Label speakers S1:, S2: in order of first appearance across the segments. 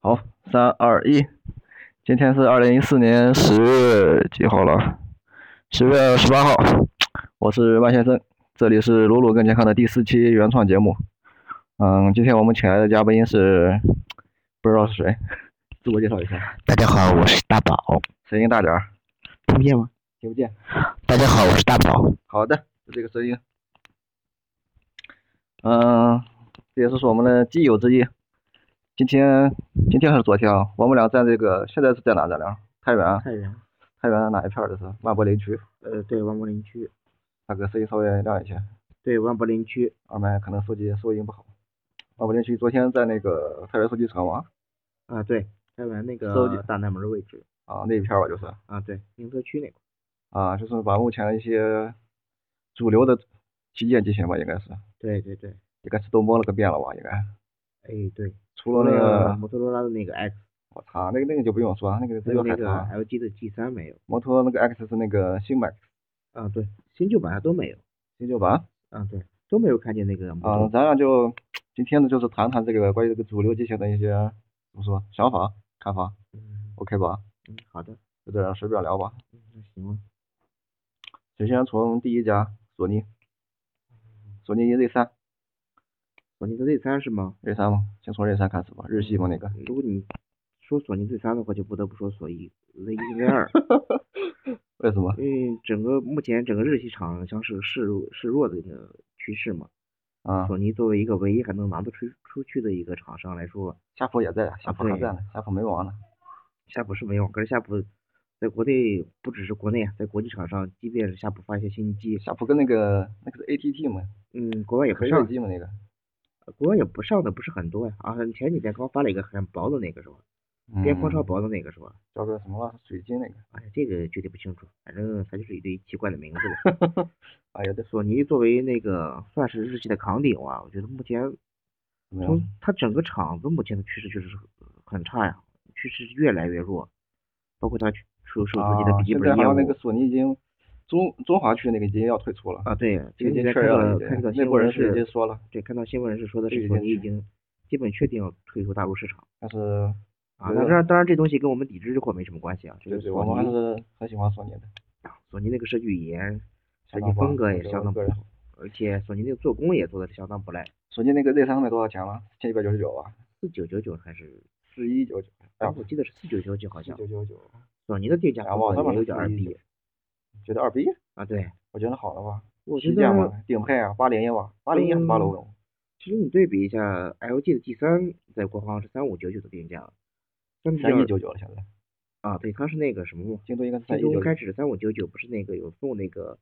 S1: 好，三二一，今天是二零一四年十月几号了？十月十八号，我是万先生，这里是鲁鲁更健康的第四期原创节目。嗯，今天我们请来的嘉宾是不知道是谁，自我介绍一下，
S2: 大家好，我是大宝，
S1: 声音大点儿，
S2: 听不见吗？
S1: 听不见。
S2: 大家好，我是大宝。
S1: 好的，就这个声音。嗯，这也是是我们的基友之一。今天，今天还是昨天啊？我们俩在这个，现在是在哪？咱俩太原啊，
S2: 太原，
S1: 太原哪一片儿？这是万柏林区，
S2: 呃，对，万柏林区，
S1: 那个声音稍微亮一些，
S2: 对，万柏林区，
S1: 二麦可能手机收音不好。万柏林区昨天在那个太原手机城嘛，
S2: 啊，对，太原那
S1: 搜集
S2: 个大南门位置，
S1: 啊那一片儿吧，就是
S2: 啊，对，宁泽区那块，
S1: 啊，就是把目前一些主流的旗舰机型吧，应该是，
S2: 对对对，
S1: 应该是都摸了个遍了吧，应该。
S2: 哎对，
S1: 除了那个，
S2: 摩托罗拉的那个 X，
S1: 我操，那个那个就不用说，那个
S2: 呃还
S1: 只
S2: 有
S1: 有
S2: 那
S1: 海豚。
S2: 个 LG 的 G 三没有，
S1: 摩托那个 X 是那个新买
S2: 啊，对，新旧版它都没有，
S1: 新旧版
S2: 啊，对，都没有看见那个摩
S1: 啊，
S2: 托，
S1: 咱俩就今天呢就是谈谈这个关于这个主流机型的一些怎么说想法、看法
S2: 嗯
S1: ，OK 吧？
S2: 嗯，好的，
S1: 就这样随便聊吧。
S2: 嗯那行了，
S1: 首先从第一家索尼，
S2: 嗯
S1: 索尼 Z 三
S2: 索尼的 Z 三是吗？
S1: ，Z 三嘛，先从 Z 三开始吧，日系嘛那个，
S2: 如果你说索尼 Z 三的话，就不得不说索尼 Z 一 Z 二。
S1: 为什么？
S2: 因为嗯整个目前整个日系厂商是示弱示弱的一个趋势嘛，
S1: 啊，
S2: 索尼作为一个唯一还能拿得出出去的一个厂商来说，
S1: 夏普也在啊，夏普还在呢，夏普没完了。
S2: 夏普是没用，可是夏普在国内不只是国内，啊，在国际场上，即便是夏普发一些新机，
S1: 夏普跟那个那个是 ATT 嘛，
S2: 嗯，国外也不
S1: 黑热
S2: 上，
S1: 机嘛那个，
S2: 国外也不上的不是很多呀、啊，前几天刚发了一个很薄的那个是吧？边框超
S1: 嗯
S2: 薄的那个是吧？
S1: 叫个什么了？水晶那个。
S2: 哎呀，这个具体不清楚，反正它就是一堆奇怪的名字了。
S1: 哎呀，这
S2: 索尼作为那个算是日系的扛鼎啊，我觉得目前
S1: 怎么样
S2: 从？嗯它整个厂子目前的趋势就是很很差呀，趋势越来越弱，包括它出出售自己的笔记
S1: 啊、现
S2: 本
S1: 在好
S2: 业
S1: 像
S2: 务
S1: 那个索尼已经中中华区那个已经要退出了，
S2: 啊，对，
S1: 这个
S2: 今
S1: 已经确
S2: 天看
S1: 认
S2: 到
S1: 了
S2: 了
S1: 已
S2: 看
S1: 经，
S2: 到
S1: 内
S2: 新
S1: 部
S2: 闻
S1: 人士已经
S2: 是，
S1: 说了，
S2: 对，看到新闻人士说的
S1: 这个
S2: 是
S1: 已
S2: 索
S1: 经
S2: 尼已
S1: 是
S2: 经基本确定要退出大陆市场
S1: 但是
S2: 啊，
S1: 对
S2: 那
S1: 的
S2: 当然当然这东西跟我们抵制日货没什么关系啊，就
S1: 对
S2: 是
S1: 对，我
S2: 索
S1: 们还
S2: 尼
S1: 是很喜欢索尼的，
S2: 索尼那个设计语言、设
S1: 相
S2: 计
S1: 当棒
S2: 风格
S1: 我
S2: 也
S1: 觉得
S2: 相
S1: 我
S2: 当不
S1: 个人
S2: 错，而且索尼那个做工也做的是相当不赖，
S1: 索尼那个 Z 三卖多少钱了？千一百九十九啊，
S2: 四九九九还是
S1: 四一九九，哎
S2: 啊，，我记得是四九九九好
S1: 四
S2: 像
S1: 九，九九，
S2: 索尼的定价
S1: 然后上
S2: 风格
S1: 面
S2: 也有点二
S1: 逼
S2: B，
S1: 觉得二逼，
S2: 啊，对，
S1: 我觉得好了吧，
S2: 我觉
S1: 旗舰
S2: 得嗯
S1: 嘛，顶配啊，八零一吧，八零一还是八零五？
S2: 其实你对比一下，LG 的 G 三在国行是三五九九的定价，相比较
S1: 三一九九了现在，
S2: 啊，对，它是那个什么嘛，
S1: 京东应该是三
S2: 最
S1: 一九
S2: 终
S1: 九
S2: 开。始三五九九不是那个有送那个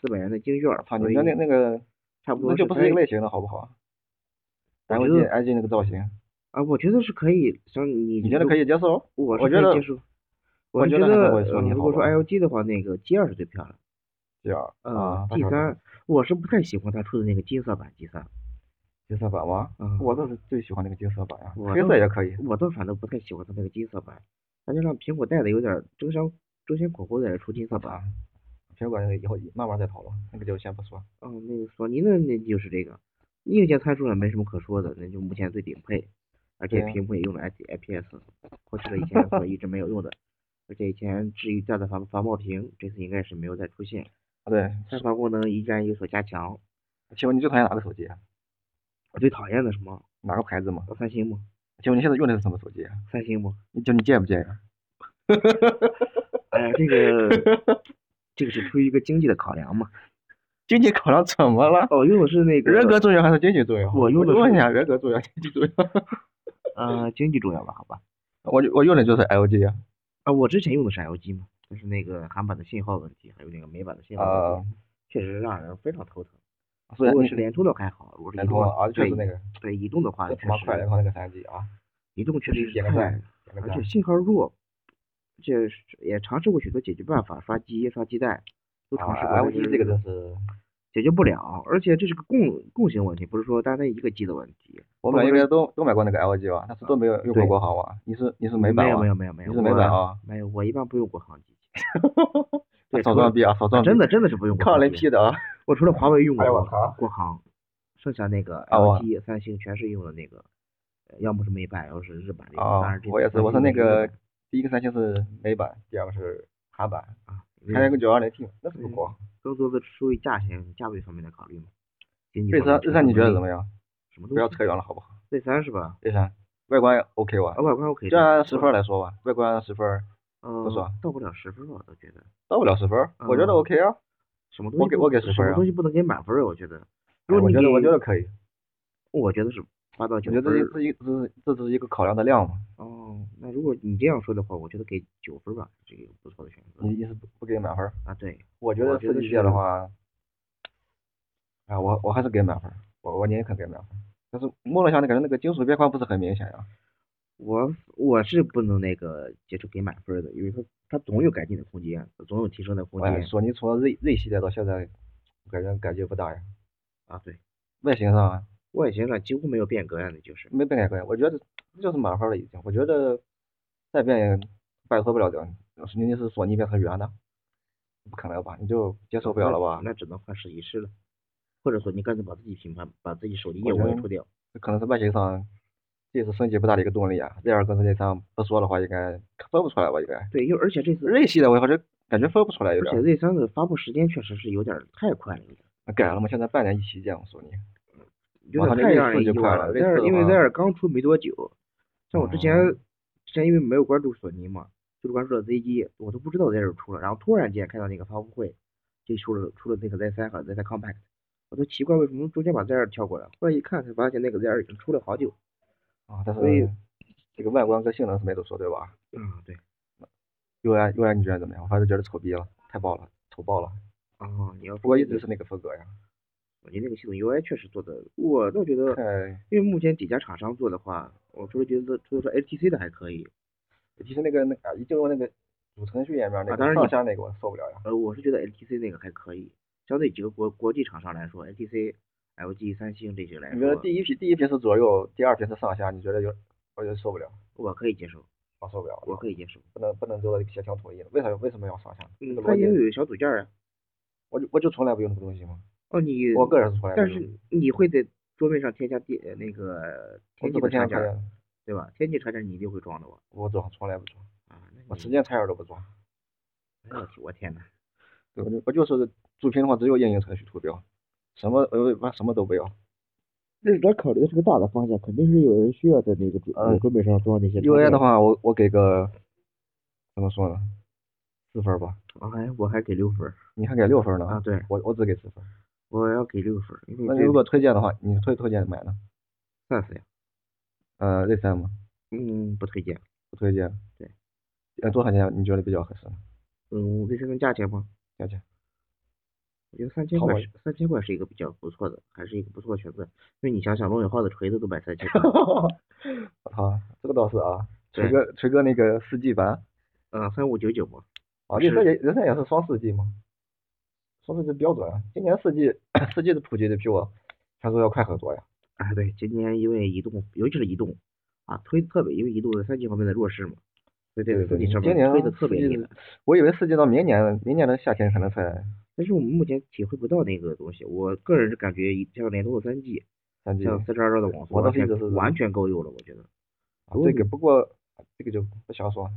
S2: 四百元的京券儿，
S1: 操，
S2: 所
S1: 啊你
S2: 以
S1: 们那那个
S2: 差不多
S1: 那就不是一
S2: 3
S1: 个类型的好不好？
S2: 我
S1: 咱们
S2: 觉
S1: 进
S2: 得
S1: IG 那个造型，
S2: 啊，我觉得是可以，像你
S1: 你觉得可
S2: 以？
S1: 以接受？
S2: 我
S1: 我
S2: 是
S1: 觉
S2: 可
S1: 得
S2: 以接受。
S1: 我
S2: 我是
S1: 觉得
S2: 觉
S1: 还是会
S2: 得，
S1: 索
S2: 呃
S1: 尼
S2: 如
S1: 好
S2: 果说
S1: 吧
S2: LG 的话，那个 G 二是最漂亮的。
S1: 这样啊
S2: 呃，，G 三我是不太喜欢它出的那个金色版 G 三，
S1: 金色版吗？
S2: 嗯
S1: 我倒是最喜欢那个金色版呀，
S2: 我
S1: 黑
S2: 倒
S1: 色
S2: 是
S1: 也可以。
S2: 我倒反正不太喜欢它那个金色版，再加上苹果带的有点儿争相争先恐后的出金色版
S1: 啊。，苹果那个以后慢慢再讨论，那个就先不说。
S2: 哦，那个索尼的那就是这个，硬件参数上没什么可说的，那就目前最顶配，而且
S1: 对啊
S2: 屏幕也用了 I IPS，过去了以前所一直没有用的，而且以前至于大的防防爆屏，这次应该是没有再出现。
S1: 啊，对，
S2: 开发功能依然有所加强。
S1: 请问你最讨厌哪个手机？啊
S2: 我最讨厌的什么？
S1: 哪个牌子吗？
S2: 三星吗？
S1: 请问你现在用的是什么手机？啊
S2: 三星吗？
S1: 你就你介不啊介意？
S2: 哎呀，这个这个是出于一个经济的考量嘛。
S1: 经济考量怎么了？
S2: 哦，用的是那个
S1: 人格重要还是经济重要？
S2: 我用的
S1: 就问
S2: 是
S1: 一下，人格重要，经济重要。
S2: 呃经济重要吧？好吧。
S1: 我就我用的就是 LG 啊。
S2: 啊，我之前用的是 LG 嘛，就是那个韩版的信号问题，还有那个美版的信号问
S1: 啊
S2: 题，，确实让人非常头疼。
S1: 所以
S2: 如果
S1: 你
S2: 是联通的还好，如果是
S1: 联
S2: 移
S1: 通
S2: 动的
S1: 啊，就
S2: 对
S1: 是那个，
S2: 对移动的话，
S1: 这
S2: 确
S1: 他妈快联
S2: 实
S1: 通那个三 G 啊，
S2: 移动确实是
S1: 点个
S2: 快
S1: 赞，，点个
S2: 而
S1: 赞
S2: 且。信号弱，这是也尝试过许多解决办法，刷机、刷基带都尝试过，
S1: 啊
S2: 但
S1: ，LG 这个
S2: 是
S1: 真是，
S2: 解决不了，而且这是个共共性问题，不是说单单一个机的问题。
S1: 我们
S2: 包
S1: 俩应
S2: 括
S1: 该都都买过那个 LG 吧？但是都没有用过
S2: 对
S1: 国行吧？你是你是啊
S2: 没
S1: 美版
S2: 有
S1: 吗
S2: 没？有没有没有，
S1: 你是美版
S2: 我
S1: 啊？
S2: 没有，我一般不用国行 机。对，
S1: 少
S2: 除了
S1: 装逼啊，少装逼！
S2: 真的真的是不用国
S1: 看
S2: 行
S1: 雷
S2: 机
S1: 劈的啊！
S2: 我除了华为用
S1: 哎
S2: 过
S1: 我
S2: 国
S1: 操
S2: 国行，剩下那个
S1: 啊我
S2: LG、三星全是用的那个的，要么是美版，要么是日版的。当
S1: 啊
S2: 然这，
S1: 我也是，
S2: 次
S1: 我
S2: 三
S1: 说那
S2: 星的日
S1: 个
S2: 版
S1: 第一个三星是美版，第二个是韩版，
S2: 啊，
S1: 还有一
S2: 个
S1: 个九二零 T，那是
S2: 嗯
S1: 不高。
S2: 更多的是出于价钱、价位方面的考虑嘛。经济
S1: 瑞
S2: 方面
S1: 山，瑞山你觉得怎么
S2: 样？
S1: 样？
S2: 什么东
S1: 不要啊
S2: 西？
S1: 扯远了，好不好？
S2: 瑞三是吧？
S1: 瑞山外观 OK 吧
S2: 啊，？外观 OK
S1: 就
S2: 的。
S1: 按十分来说吧，外观十分儿
S2: 嗯，
S1: 多少
S2: 到不了十分吧，我都觉得。
S1: 到不了十分儿，我觉得
S2: 嗯
S1: OK 啊。
S2: 什么东西
S1: 我给我
S2: 不
S1: 给十
S2: 什
S1: 分
S2: 么
S1: 啊
S2: 东西不能给满分儿？我觉得。如
S1: 哎
S2: 果
S1: 我
S2: 你
S1: 觉
S2: 给
S1: 得我觉得可以，
S2: 我觉得是八到
S1: 我
S2: 九
S1: 觉
S2: 分
S1: 得这
S2: 儿。
S1: 这一这是这只是一个考量的量嘛，
S2: 哦，那如果你这样说的话，我觉得给九分儿吧，这个不错的选择
S1: 你你是不不给满分儿？
S2: 啊。对，
S1: 我觉得
S2: 我觉
S1: 设
S2: 得
S1: 计界的
S2: 是
S1: 话，啊，我我还是给满分儿，我我宁可给满分儿。但是摸了一下，那感觉那个金属边框不是很明显呀、
S2: 我我是不能那个接受给满分儿的，因为它它总有改进的空间，啊总有提升的空
S1: 哎，
S2: 间
S1: 索尼从 Z Z 系列到现在，感觉感觉不大呀。
S2: 啊。对，
S1: 外形上啊
S2: 外形上几乎没有变革呀，啊那就是。
S1: 没变改过呀，我觉得这就是满分儿了已经。我觉得再变也摆脱不了的，尤其是索尼变成圆的，不可能吧？你就接受不了了吧？
S2: 那只能换设计师了，或者说你干脆把自己品牌、把自己手机
S1: 我
S2: 业
S1: 觉
S2: 务
S1: 得
S2: 也出掉。
S1: 可能是外形上，这也是升级不大的一个动力啊。Z 二跟 Z 三不说的话，应该分不出来吧？应该。
S2: 对，因为而且这次，
S1: 瑞系的我感觉感觉分不出来，有
S2: 而
S1: 点
S2: 且
S1: 儿
S2: Z 三的发布时间确实是有点儿太快了，有点儿
S1: 改了嘛，现在半年一期见，我索尼。
S2: 有
S1: 马
S2: 点
S1: 上
S2: 儿
S1: 这类似
S2: 太让人意
S1: 就快
S2: 外
S1: 了
S2: 了。
S1: 类似
S2: Z 二
S1: 的
S2: 因为
S1: 话
S2: Z 二刚出没多久，像我之前、
S1: 嗯
S2: 之前因为没有关注索尼嘛，就是关注了 Z 一，我都不知道 Z 二出了，然后突然间看到那个发布会，就出了出了那个 Z 三和 Z 三 Compact，我都奇怪为什么中间把 Z 二跳过了，后来一看才发现那个 Z 二已经出了好久。
S1: 啊，但
S2: 所以
S1: 是这个外观跟性能是没得说，对吧
S2: 嗯，对。
S1: ？UI UI 你觉得怎么样？我反正觉得丑逼了，太爆了，丑爆了。
S2: 哦，你要
S1: 不
S2: 说
S1: 过一
S2: 这
S1: 直
S2: 个
S1: 是那个风格呀，
S2: 我觉得那个系统 UI 确实做的，我倒觉得，
S1: 太
S2: 因为目前几家厂商做的话，我除了觉得除了说 HTC 的还可以，
S1: 其实那个那个啊一进入那个主程序页面那
S2: 啊
S1: 个
S2: 当然
S1: 上
S2: 你
S1: 下那个我受不了呀。
S2: 呃，我是觉得 HTC 那个还可以，相对几个国国际厂商来说，HTC、LG、三星这些来
S1: 你觉得
S2: 说，
S1: 第一批第一批是左右，第二批是上下，你觉得有？我觉得受不了，
S2: 我可以接受，
S1: 我受不了，
S2: 我可以接受。
S1: 不能不能做协调统一的，为啥为什么要上下？这
S2: 嗯
S1: 个，
S2: 它
S1: 逻
S2: 也
S1: 辑，
S2: 有小组件儿啊。
S1: 我就我就从来不用那个东西嘛，
S2: 哦，你
S1: 我个人是从来不
S2: 但
S1: 用的。
S2: 是你会在桌面上添加电呃那个
S1: 我怎
S2: 天际
S1: 么
S2: 的
S1: 天天
S2: 插
S1: 看
S2: 件儿，
S1: 见？
S2: 对吧？天际插件儿你一定会装的吧？
S1: 我装从来不装，
S2: 啊，那
S1: 我
S2: 你
S1: 时间插件都不装。
S2: 哎呦我天呐，
S1: 对，我就我就是主屏的话只有应用程序图标，什么呃把什么都不要。
S2: 那咱考虑的是个大的方向，肯定是有人需要在那个桌
S1: 呃
S2: 桌面上装那些
S1: UI 的话，我我给个怎么说呢？四分儿吧，
S2: 哎，我还给六分儿
S1: 你还给六分儿呢？
S2: 啊，对，
S1: 我我只给四分儿。
S2: 我要给六分儿，因为
S1: 那
S2: 这
S1: 如果推荐的话，你推推荐买呢？
S2: 算是呀，
S1: 呃，这三吗？
S2: 嗯，不推荐，
S1: 不推荐。
S2: 对。
S1: 呃，多少钱你觉得比较合适呢？
S2: 嗯，这是能价钱吗？
S1: 价钱？
S2: 我觉得三千
S1: 淘
S2: 块
S1: 宝，
S2: 是三千块是一个比较不错的，还是一个不错的选择，因为你想想罗永浩的锤子都卖三千块
S1: 我操，这个倒是啊，锤
S2: 对
S1: 哥锤哥那个四 G 版
S2: 嗯，三五九九嘛，
S1: 啊，
S2: 是
S1: 人生也人生也是双四 G 嘛，双四 G 标准啊，今年四 G 四 G 的普及的比我传说要快很多呀。
S2: 啊对，今年因为移动，尤其是移动啊，推特别因为移动在三 G 方面的弱势嘛，所以在
S1: 对
S2: 四 G 上
S1: 今
S2: 面
S1: 年
S2: 推的特别
S1: 四
S2: 厉
S1: G
S2: 害，
S1: 我以为四 G 到明年，明年的夏天可能才
S2: 但是我们目前体会不到那个东西，我个人是感觉一像联通的三 G，
S1: 三啊 G。
S2: 像四十二兆的网速
S1: 我倒
S2: 完
S1: 是一直是
S2: 全完全够用了，我觉得
S1: 啊这个不过这个就不详说，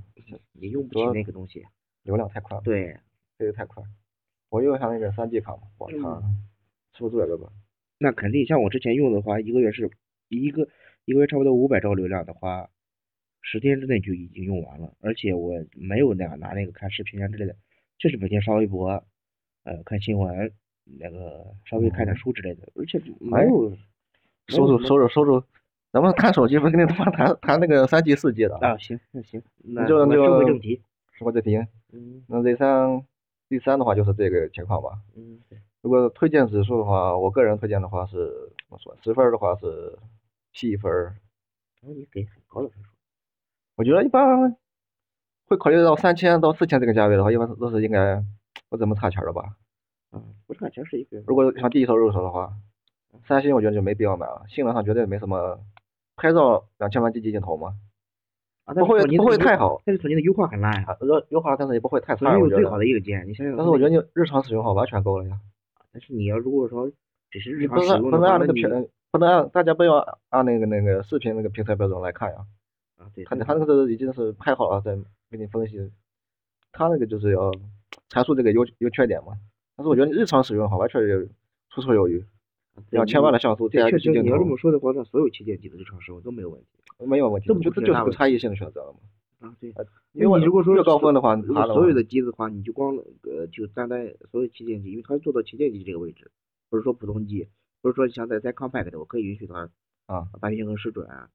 S2: 也用不
S1: 主
S2: 起
S1: 要
S2: 那个东西，
S1: 流量太快了，
S2: 对，
S1: 这个太快了。我用上那个三 G 卡嘛，我操，吃不住呀，哥哥。
S2: 那肯定，像我之前用的话，一个月是一个一个月差不多五百兆流量的话，十天之内就已经用完了。而且我没有那样拿那个看视频啊之类的，就是每天刷微博，呃，看新闻，那个稍微看点
S1: 嗯
S2: 书之类的，而且
S1: 哎
S2: 没有
S1: 收入
S2: 什么
S1: 收入收入，咱们谈手机不是跟他妈谈谈那个三 G 四 G 的啊。
S2: 啊。行，那行，那
S1: 就那
S2: 我们说回
S1: 就
S2: 正题。
S1: 说这题，
S2: 嗯
S1: 那 Z 三 Z 三的话就是这个情况吧。
S2: 嗯，对
S1: 如果推荐指数的话，我个人推荐的话是怎么说？十分儿的话是 P 分儿，
S2: 然后你给很高的分数。
S1: 我觉得一般会考虑到三千到四千这个价位的话，一般都是应该不怎么差钱儿的吧。
S2: 啊，不差钱是一个
S1: 如果想第一手入手的话，三星我觉得就没必要买了，性能上绝对没什么。拍照两千万 G 镜头嘛，
S2: 啊，但
S1: 不会
S2: 是索尼的
S1: 不会
S2: 优
S1: 太好，
S2: 但是索尼的优化很烂呀，
S1: 啊优优化但是也不会太
S2: 索
S1: 差，
S2: 尼
S1: 我觉
S2: 有最好
S1: 得。
S2: 的硬件，你想想
S1: 但
S2: 那
S1: 是我
S2: 个。
S1: 觉得你日常使用好完全够了呀，
S2: 但是你要如果说只是
S1: 你
S2: 日
S1: 不
S2: 常
S1: 是
S2: 啊使用
S1: 不
S2: 的
S1: 是
S2: 话，
S1: 按
S2: 那
S1: 那个
S2: 你
S1: 屏不能按大家不要按那个那个视频那个平台标准来看呀，
S2: 啊，对，
S1: 他
S2: 对
S1: 他那个已经是拍好了再给你分析，他那个就是要阐述这个优优缺点嘛。但是我觉得日常使用好，完全有绰绰有余，两千万的像素，
S2: 对
S1: 第
S2: 确
S1: 一
S2: 实，
S1: 镜
S2: 你要这么
S1: 头
S2: 说的话，那所有旗舰机的日常使用都没有问题。
S1: 没有问题，
S2: 这
S1: 这
S2: 不
S1: 就这就
S2: 是
S1: 是
S2: 大
S1: 个
S2: 问题
S1: 差异性的选择了嘛。
S2: 啊，对。
S1: 呃因为
S2: 你如果说
S1: 越高
S2: 所
S1: 分的话，
S2: 如
S1: 爬啊
S2: 果
S1: 了
S2: 所
S1: 嘛
S2: 有的机子的话，你就光呃就单单所有旗舰机，因为它做到旗舰机这个位置，不是说普通机，不是说想在在 compact 的，我可以允许它
S1: 啊
S2: 把平衡失准啊，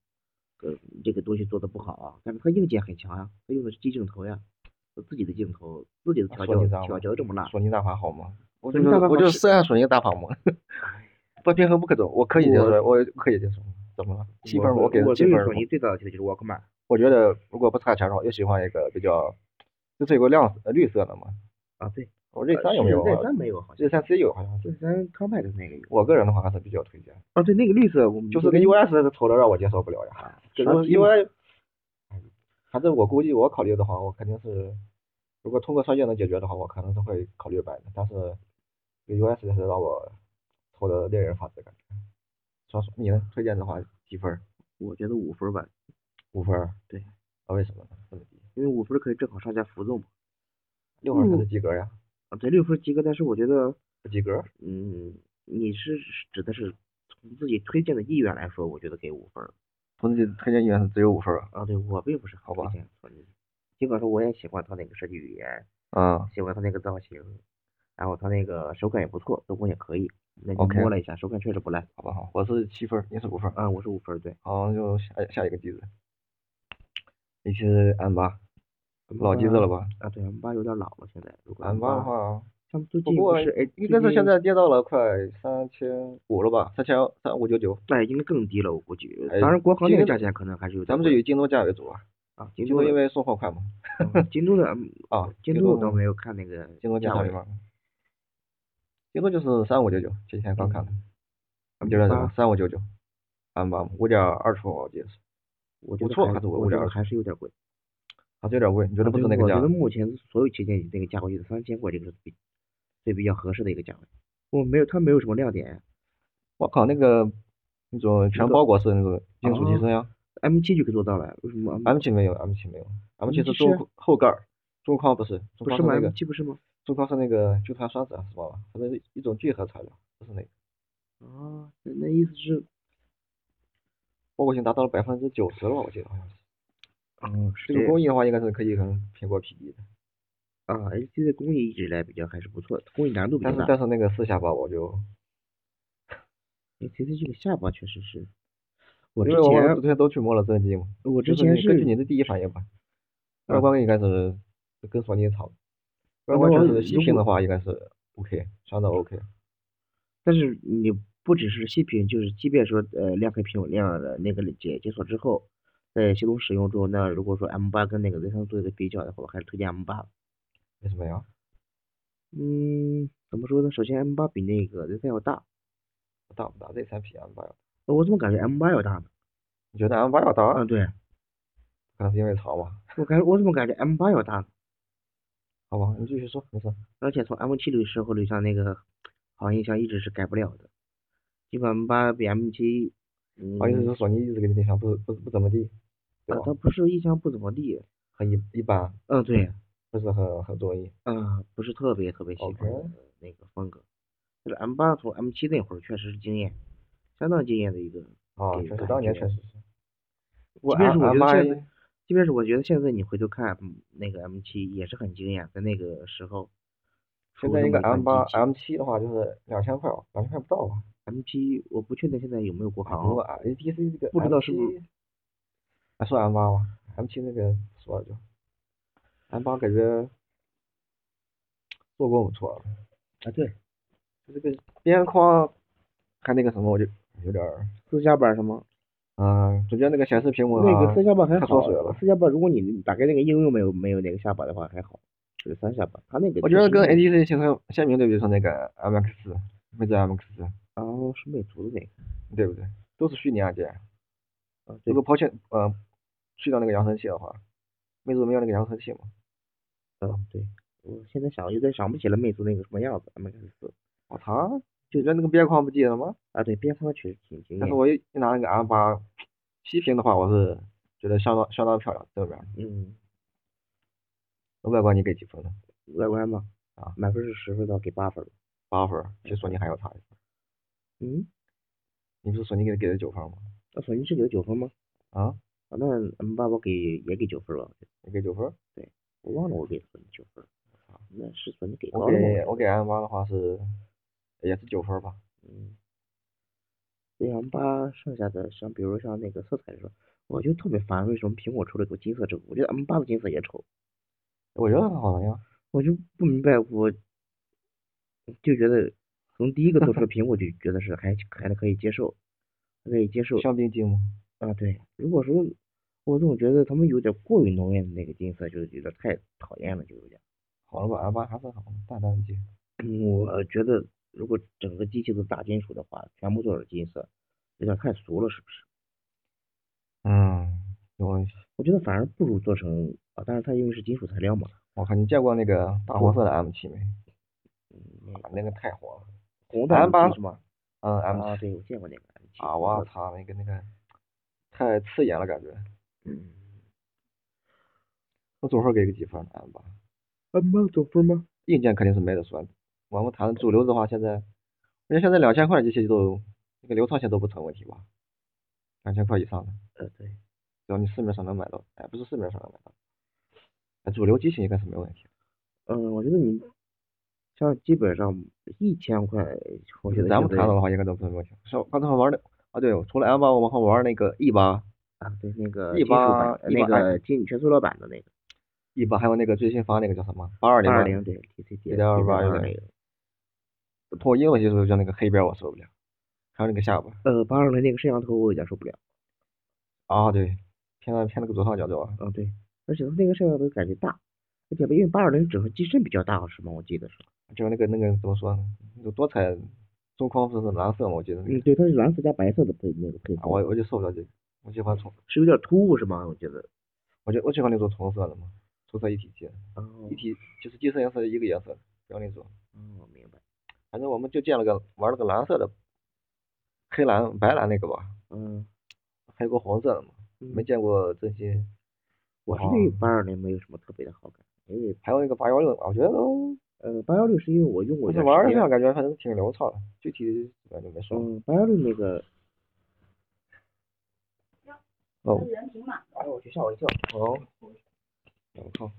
S2: 呃这个东西做的不好啊，但是它硬件很强啊，它用的是机镜头呀，自己的镜头，自己的
S1: 啊
S2: 调
S1: 索尼
S2: 教
S1: 大
S2: 调
S1: 法
S2: 教这么辣，
S1: 索尼大法好吗？我
S2: 啊
S1: 就
S2: 索尼
S1: 是
S2: 大法
S1: 我
S2: 好
S1: 就是深爱索尼大法 嘛，不平衡不可走，我可以接
S2: 我
S1: 受，我可以接受。怎么了？七分儿
S2: 我
S1: 我给
S2: 我
S1: 七
S2: 对
S1: 分儿
S2: 索
S1: 嘛
S2: 尼最大的期待就是 Walkman，
S1: 我觉得如果不差钱的话，我就喜欢一个比较，就是有个亮呃绿色的嘛。
S2: 啊对，
S1: 我这三有没有
S2: 瑞
S1: 啊？
S2: 三没有好像，
S1: 这三 C 有好像是。
S2: 瑞三 compact 那个有，
S1: 我个人的话还是比较推荐，
S2: 啊对那个绿色我们
S1: 就是跟 US 丑的让我接受不了呀。这
S2: 啥
S1: 个
S2: 机嘛
S1: US，反正我估计我考虑的话，我肯定是，如果通过商业能解决的话，我可能是会考虑白的。但是这个 US 还是让我丑的令人发指感觉。说说你呢？推荐的话几分儿？
S2: 我觉得五分儿吧，
S1: 五分儿？
S2: 对
S1: 啊，为什么呢？这么低？
S2: 因为五分儿可以正好上下浮动嘛。
S1: 六
S2: 嗯
S1: 分儿才是及格呀，
S2: 啊，对，六分及格，但是我觉得，
S1: 不及格。
S2: 嗯，你是指的是从自己推荐的意愿来说，我觉得给五分儿。
S1: 同自己推荐意愿是只有五分儿
S2: 啊，对我并不是
S1: 好
S2: 很
S1: 吧
S2: 推荐索尼，尽管说我也喜欢它那个设计语言，
S1: 啊。
S2: 喜欢它那个造型，然后它那个手感也不错，手工也可以。那就
S1: OK
S2: 摸了一下，手感确实不赖。
S1: 好吧，好，我是七分儿，你是五分儿。
S2: 啊，我是五分儿，对。
S1: 好，那就下下一个机子，一七 M 八，老机子了吧
S2: 啊，对，M 八有点老了，现在。如果
S1: ？M 八的，话，
S2: 像最
S1: 不
S2: 近
S1: 过
S2: 是哎，
S1: 嗯应
S2: 最
S1: 该是现
S2: 近
S1: 在跌到了快三千五了吧，三千三五九九。
S2: 那已经更低了，我估计
S1: 哎。
S2: 当然，国行那
S1: 今
S2: 个
S1: 天
S2: 价钱可能还是有点
S1: 咱
S2: 贵。
S1: 们就以京东价为主啊，
S2: 啊，京
S1: 京
S2: 东
S1: 东
S2: 的
S1: 因为送货快嘛。
S2: 嗯京东的嗯
S1: 啊，
S2: 京
S1: 东
S2: 东我倒没有看那个
S1: 京东价
S2: 价
S1: 格
S2: 位
S1: 里，面，京东就是三五九九，前几天刚看的，你觉得怎么样？三五九九，M 八五点二寸耳机，
S2: 我觉
S1: 不
S2: 得
S1: 错
S2: 还
S1: 还是
S2: 我
S1: 五
S2: 觉
S1: 点
S2: 得
S1: 二
S2: 还是有点贵。
S1: 还是有点贵，啊你觉
S2: 我
S1: 得不是那个
S2: 我
S1: 价
S2: 觉得？目前所有旗舰那个价位就是三千块，这个是比最比较合适的一个价位。我没有，它没有什么亮点。
S1: 我靠，那个那种全包裹式的那种金属机身呀
S2: M 七就可以做到了，为什么 M
S1: ，M 七没有，M 七没有，M 七嗯是
S2: 是
S1: 中后盖儿，中框不是，中
S2: 不
S1: 框
S2: 是
S1: 是
S2: 吗
S1: 那个
S2: ？M 七不是吗？
S1: 中框是那个聚碳酸酯还是什么吧，反正是一种聚合材料，不是那个，
S2: 啊，那那意思是，
S1: 包裹性达到了百分之九十了吧，我记得好像是。
S2: 嗯，是
S1: 这个
S2: 样
S1: 工艺的话，应该是可以跟苹果匹敌的，
S2: 啊，H 七的工艺一直以来比较还是不错的，工艺难度比较
S1: 但是
S2: 大。
S1: 但是那个四下巴我就，
S2: H 七这个下巴确实是，我之
S1: 因为我们昨
S2: 前
S1: 天都去摸了真机嘛，
S2: 我之
S1: 就是嗯
S2: 前
S1: 你根据
S2: 是
S1: 你的第一反应吧，
S2: 啊
S1: 外观应该是跟索尼差不多，
S2: 啊
S1: 外观
S2: 那
S1: 就
S2: 我
S1: 是
S2: 如
S1: 细品
S2: 果
S1: 的话应该是 OK，相当 OK。
S2: 但是你不只是细品，就是即便说呃亮黑屏亮的那个解解锁之后，在系统使用中，那如果说 M 八跟那个 Z 三做一个比较的话，我还是推荐 M 八。
S1: 为什么呀？
S2: 嗯，怎么说呢？首先 M 八比那个 Z 三要大，
S1: 不大不大，这产品 M 八要大，
S2: 呃我怎么感觉 M 八要大呢？
S1: 你觉得 M 八要大？
S2: 啊，对，
S1: 可能是因为长吧。
S2: 我感觉我怎么感觉 M 八要大呢？
S1: 好吧，你继续说，没事。
S2: 而且从 M 七的时候，就像那个好印象一直是改不了的，基本 M 八比 M 七，嗯，
S1: 好意思说索尼一直给你印象不不不怎么地，对
S2: 啊
S1: 吧？
S2: 它不是印象不怎么地，
S1: 很一一般，
S2: 嗯，对。
S1: 不是很很中意。
S2: 嗯，不是特别特别喜欢
S1: OK
S2: 的那个风格。就是 M 八从 M 七那会儿确实是惊艳，相当惊艳的一个。
S1: 啊，
S2: 给
S1: 确实
S2: 感
S1: 当年
S2: 觉
S1: 确实是。我
S2: 便是我
S1: M
S2: 觉得
S1: 八
S2: 现在即便是我觉得现在你回头看嗯那个 M 七也是很惊艳，在那个时候出
S1: 现
S2: 那
S1: 在
S2: 么
S1: 一
S2: 一
S1: 个
S2: 款机
S1: M
S2: 器。
S1: 八 M 七的话就是两千块吧，两千块不到吧。
S2: M 七我不确定现在有没有国行。
S1: 啊不过 HTC 这个
S2: 不知道是不是
S1: M7。还说 M 八吧，M 七那个说了就，M 八感觉做工不错，
S2: 啊，对，
S1: 就这个边框还那个什么，我就有点儿，
S2: 四下巴什么？
S1: 嗯，总觉得那个显示屏幕啊
S2: 那个
S1: 上
S2: 四下巴还
S1: 太
S2: 啊好
S1: 缩水了，
S2: 四下巴如果你打开那个应用没有没有那个下巴的话还好，就是三下巴，它那个
S1: 我
S2: 确
S1: 觉得
S2: 实
S1: 跟
S2: 有
S1: HTC 形成鲜明对比，是那个 MX，魅族 MX，
S2: 哦是魅族的那个
S1: 对不对？都是虚拟按键，
S2: 啊对
S1: 如果抛弃呃去掉那个扬声器的话，魅族没有那个扬声器嘛？
S2: 嗯，对，我现在想有点想不起来魅族那个什么样子，M X 四。
S1: 我操，就你那个边框不记得吗？
S2: 啊，对，边框确实挺惊艳
S1: 但是。我一一拿那个 M 八，批评的话，我是觉得相当相当漂亮，这个边儿
S2: 嗯，
S1: 外观你给几分呢？
S2: 外观嘛，
S1: 啊，
S2: 满分是十分的，给八分儿。
S1: 八分儿，比索尼还要差一分。
S2: 嗯，
S1: 你不是索尼给给的九分吗？
S2: 那索尼是给了九分吗？
S1: 啊，
S2: 啊，那 M 八我给也给九分了，
S1: 你给九分儿？
S2: 我忘了我给索尼九分儿。那是索尼给高
S1: 我
S2: 了吗
S1: 给我给 M 八的话是也是九分儿吧。
S2: 嗯，对啊 M 八剩下的像比如像那个色彩来说，我就特别烦为什么苹果出了个金色之后，我觉得 M 八的金色也丑，
S1: 我觉得很好看呀。
S2: 我就不明白，我就觉得从第一个做出的苹果就觉得是还还可以接受，还可以接受
S1: 香槟金吗？
S2: 啊。对，如果说我总觉得他们有点过于浓艳的那个金色，就是觉得太讨厌了，就有点。
S1: 好了吧，M 八还是好，淡淡的金。
S2: 嗯我觉得如果整个机器都大金属的话，全部都是金色，有点太俗了，是不是？
S1: 嗯，有，
S2: 我觉得反而不如做成啊，但是它因为是金属材料嘛，
S1: 我靠，你见过那个大黄色的 M 七没？
S2: 嗯，
S1: 啊那个太火了。
S2: 红
S1: 咱
S2: 的
S1: 把
S2: M 是吗？
S1: 嗯，M
S2: 啊，
S1: 七
S2: 对，我见过那个 M 七
S1: 啊，我操，那个那个太刺眼了感觉。
S2: 嗯
S1: 我总分给个几分？M 八，
S2: ，M 八总分吗？
S1: 硬件肯定是没得说。我们谈主流的话，现在，人家现在两千块机器都那个流畅性都不成问题吧？两千块以上的，
S2: 呃，对，
S1: 只要你市面上能买到，哎，不是市面上能买到，哎主流机型应该是没问题的。
S2: 嗯，我觉得你像基本上一千块，我觉得
S1: 咱
S2: 就
S1: 们
S2: 得
S1: 谈到的话，应该都不是问题。像刚才玩的啊，对，除了 M 八，我们还玩那个 E 八
S2: 啊，对那个
S1: 一
S2: 金属版
S1: 八
S2: 呃
S1: 一
S2: 那
S1: 八
S2: 个金全塑料版的那个
S1: ，E 八还有那个最新发那个叫什么八二零，
S2: 八二零对 T C D
S1: 228
S2: 那
S1: 有
S2: 个，
S1: 破英文系数叫那个黑边我受不了，还有那个下巴
S2: 呃，八二零那个摄像头我有点受不了，
S1: 啊，对，偏了偏那个左上角对吧？
S2: 嗯，对，而且它那个摄像头感觉大，而且因为八二零整个机身比较大是吗？我记得是。
S1: 就是那个那个怎么说呢？那个多彩中框不是蓝色嘛，我记得那个
S2: 嗯，对，它是蓝色加白色的配那个配色
S1: 啊，我我就受不了这个，我喜欢重，
S2: 是有点突兀是吗？我觉得。
S1: 我就我喜欢那种重色的嘛，重色一体机，
S2: 哦
S1: 一体就是机色颜色一个颜色，不要那种。
S2: 哦，明白。
S1: 反正我们就见了个玩了个蓝色的，黑蓝白蓝那个吧，
S2: 嗯，
S1: 还有个黄色的嘛，没
S2: 嗯
S1: 见过真心。
S2: 我是
S1: 哦
S2: 对八二零没有什么特别的好感，因为
S1: 还有那个八幺六，我觉得都
S2: 呃八幺六是因为我用过
S1: 我
S2: 一
S1: 是
S2: 段
S1: 玩
S2: 时
S1: 儿
S2: 间
S1: 上，感觉反正挺流畅的，具体感就没说。
S2: 嗯，八幺六那个
S1: 哦，
S3: 人平嘛，
S1: 嗯
S2: 哎我去吓我一跳，
S1: 哦，我靠，